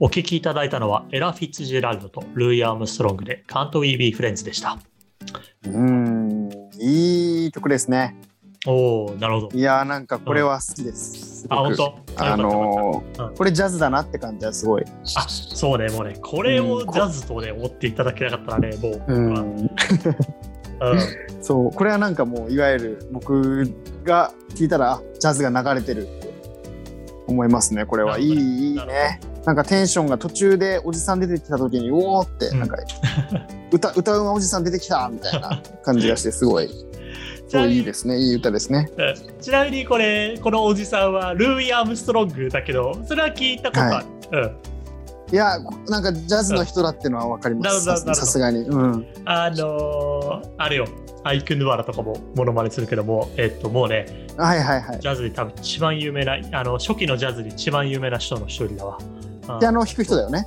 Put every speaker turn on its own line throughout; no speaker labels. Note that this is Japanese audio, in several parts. お聞きいただいたのはエラ・フィッツジェラルドとルイ・アームストロングで「カント・ウィー・ビー・フレンズ」でした。
うん、いい曲ですね。
おおなるほど。
いやー、なんかこれは好きです。
あ本
すごく
当
あの
うん
ー、これジャズだなって感じはすごい。
あそうねもうねこれをジャズとね思っていただけなかったらねもう僕は、うん、
そう、これはなんかもういわゆる僕が聞いたらあジャズが流れてるって思いますね。これはいい
なるほど
いい
なる
ね。なんかテンションが途中でおじさん出てきた時におおって
うん
なんか、歌歌うまおじさん出てきたみたいな感じがしてす ごいす
ちな
ご
み
いい
に
いですね。いい歌ですね。
うんちなみにこれこのおじさんはルイ・アームストロングだけどそれは聞いたことある、
いやなんかジャズの人だってのは分かります。
なる
さ
ほど
さすがに。うん。
うん、あのーあれよアイクヌワラとかもモノマネするけどもえっともうね
はいはいはい。
ジャズで多分一番有名なあの初期のジャズで一番有名な人の一人だわうん
ピアノを弾く人だよね。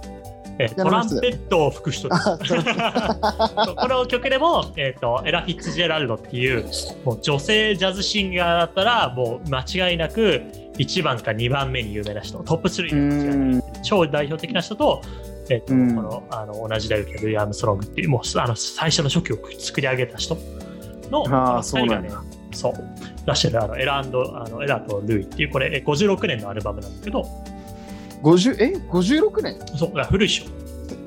えトランペットを吹く人です
あそう
そう この曲でも、えー、とエラ・フィッツジェラルドっていうもう女性ジャズシンガーだったらもう間違いなく1番か2番目に有名な人トップ3
う
に間違いない
ん。
超代表的な人と,、えーと
うん
このあの同じ代表のルイ・アームストロングっていうもうあの最初の初期を作り上げた人のこ
あ
の
あ
二
そう
人
な
が
ん
ね
だ。
そう出してるあのエラあのエラとルイっていうこれえー56年のアルバムなんだけど
五十え五十六年？
そうだから古いっしょ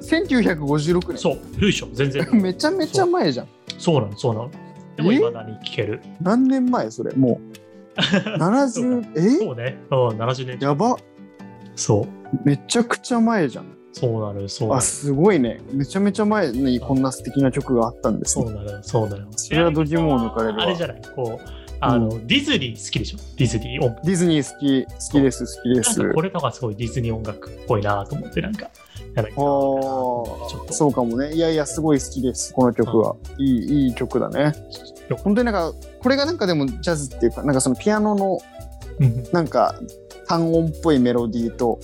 千九百五十六年。
そう古いっしょ全然
めちゃめちゃ前じゃん。
そうなのそうなのでも
え
いまだに聴ける
何年前それも う
そう
70え
そうね、うん、70年代
やば
そう
めちゃくちゃ前じゃん
そうなるそうな
あ
る
すごいねめちゃめちゃ前にこんな素敵な曲があったんです
そう
ね
なるそうなる
それは度肝を抜かれるわ
あれじゃないこうあの、ディズニー好きでしょディズニー音楽
ディズニー好き好きです好きです
なんかこれとかすごいディズニー音楽っぽいなと思ってなんかなんか
あー
ちょっと
そうかもねいやいやすごい好きですこの曲は、いいいい曲だね
よ
本当になんかこれがなんかでもジャズっていうかなんかそのピアノの
うん
なんか単音っぽいメロディーと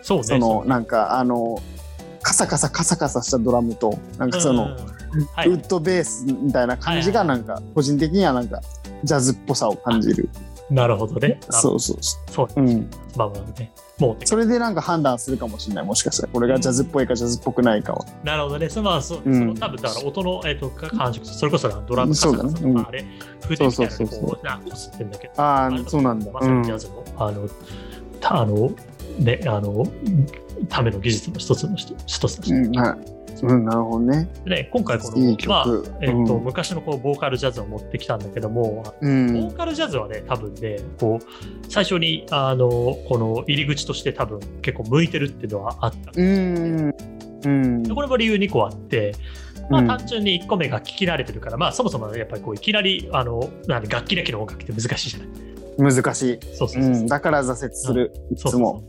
そうね
その
う
なんかあのカサカサカサカサしたドラムとなんかそ
う
の、
んはい
ウッドベースみたいな感じが
はいは
なんか個人的にはなんかジャズっぽさを感じる
なるほどねなるほ
そうそうそ
どそう
う、うん、
まあまあねもうね
それでなんか判断するかもしれないもしかしたらこれがジャズっぽいかジャズっぽくないかは
なるほどね。そまあ、そ
うん
その多分だから音の、えっと感触、それこそドラム
そうだね
カサカサとかあれ、筆みたいな
そ
の
うそう
に
そう
こう、なこすってんだけど、
あ
あれ
あそうなんだ、
ま
う
さ
ん
にジャズの、あの、たあの、ね、あの、ための技術の一つの一つ一つの
うんはいうん、なるほどね
ね、今回この、
いい曲、
まあ、えっと
うん
昔のこうボーカルジャズを持ってきたんだけども、
うん
ボーカルジャズはね、多分ね、こう、最初に、あの、この入り口として多分結構向いてるっていうのはあった。
うんうん
でこれも理由2個あって、ま
う
あ、
ん
単純に1個目が聞き慣れてるから、まあ、そもそもやっぱりこういきなりあのなん楽器だけの音楽って難しいじゃない。
難しい、
そうそう
う
そうそ
ん、だから挫折する、い
そう
つ
そう
も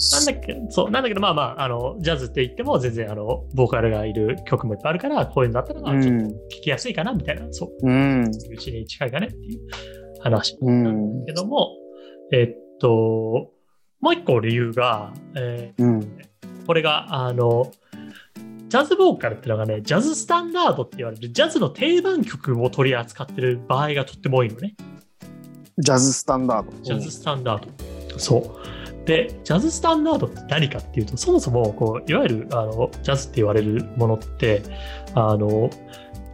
そうなんだけどそうなんだけどまあまああのジャズって言っても全然あのボーカルがいる曲もいっぱいあるからこういうのだったらまあちょっと聞きやすいかなみたいな、そ
うん
ううちに近いかねっていう話
う
なん
ん
だけども、えっともう一個理由が、え
うん
ーこれがあのジャズボーカルっていうのがねジャズスタンダードって言われるジャズの定番曲を取り扱ってる場合がとっても多いのね。
ジャズスタンダード
ジャズスタンダード。そう。で、ジャズスタンダードって何かっていうと、そもそもこういわゆるあのジャズって言われるものって、あの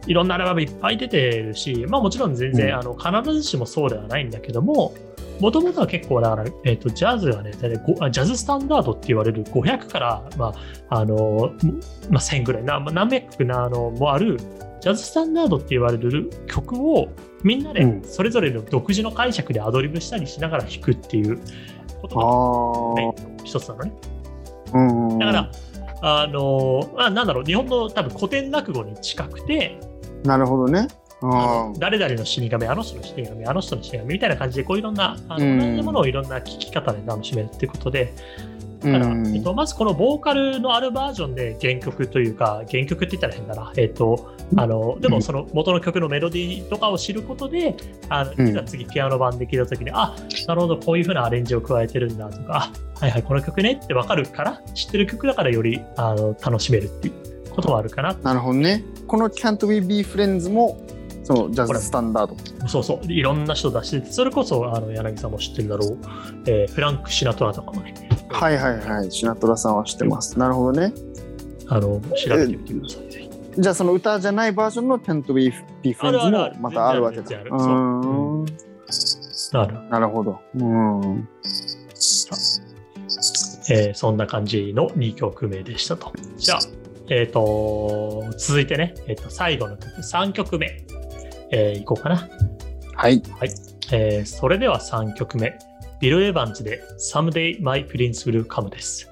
いろんなアルバムいっぱい出てるし、まあ、もちろん全然、
うん
あの必ずしもそうではないんだけども、もともとは結構だから、えっとジャズがね、大体ごあジャズスタンダードって言われる500から、まああのまあ、1000ぐらいな、まあ何百なあのもあるジャズスタンダードって言われる曲をみんな
う
で
ん
それぞれの独自の解釈でアドリブしたりしながら弾くっていうことが
ああ
一つなのね。
うんうん
だから、あのまあ、なんだろう、日本の多分古典落語に近くて、
なるほどねあー
誰々の死神、あの人の死神、あの人の死神みたいな感じで、こういろんな、あ
うん
の同じものをいろんな聞き方で楽しめるっていうことで、だ
う
から、
ん
えっと、まずこのボーカルのあるバージョンで原曲というか原曲って言ったら変だな、えっと、あので
う
も
ん
その元の曲のメロディーとかを知ることであの
うん
いざ次ピアノ版で聴いた時に、あなるほどこういう風なアレンジを加えてるんだとかあはいはいこの曲ねって分かるから知ってる曲だからよりあの楽しめるっていうことはあるかな
なるほどね。この Can't We Be Friends もそのジャズスタンダード。
そうそういろんな人出しててそれこそあの柳さんも知ってるだろう、えーフランク・シナトラとかもね
はいはいはい。シナトラさんは知ってます。なるほどね。
あの調べてみてください、ぜひ。
じゃあその歌じゃないバージョンの Tend to be be
あるあ
friends
るある
もまたあるわけだ。
全然ある
う
そう
ーん。
だから、
なるほど。うん。
えーそんな感じの2曲目でしたと。じゃあ、えっ、と、続いてね、えーと最後の曲、3曲目、えーいこうかな。
はい。
えーそれでは3曲目、ビル・エヴァンズで Someday My Prince Will Come です。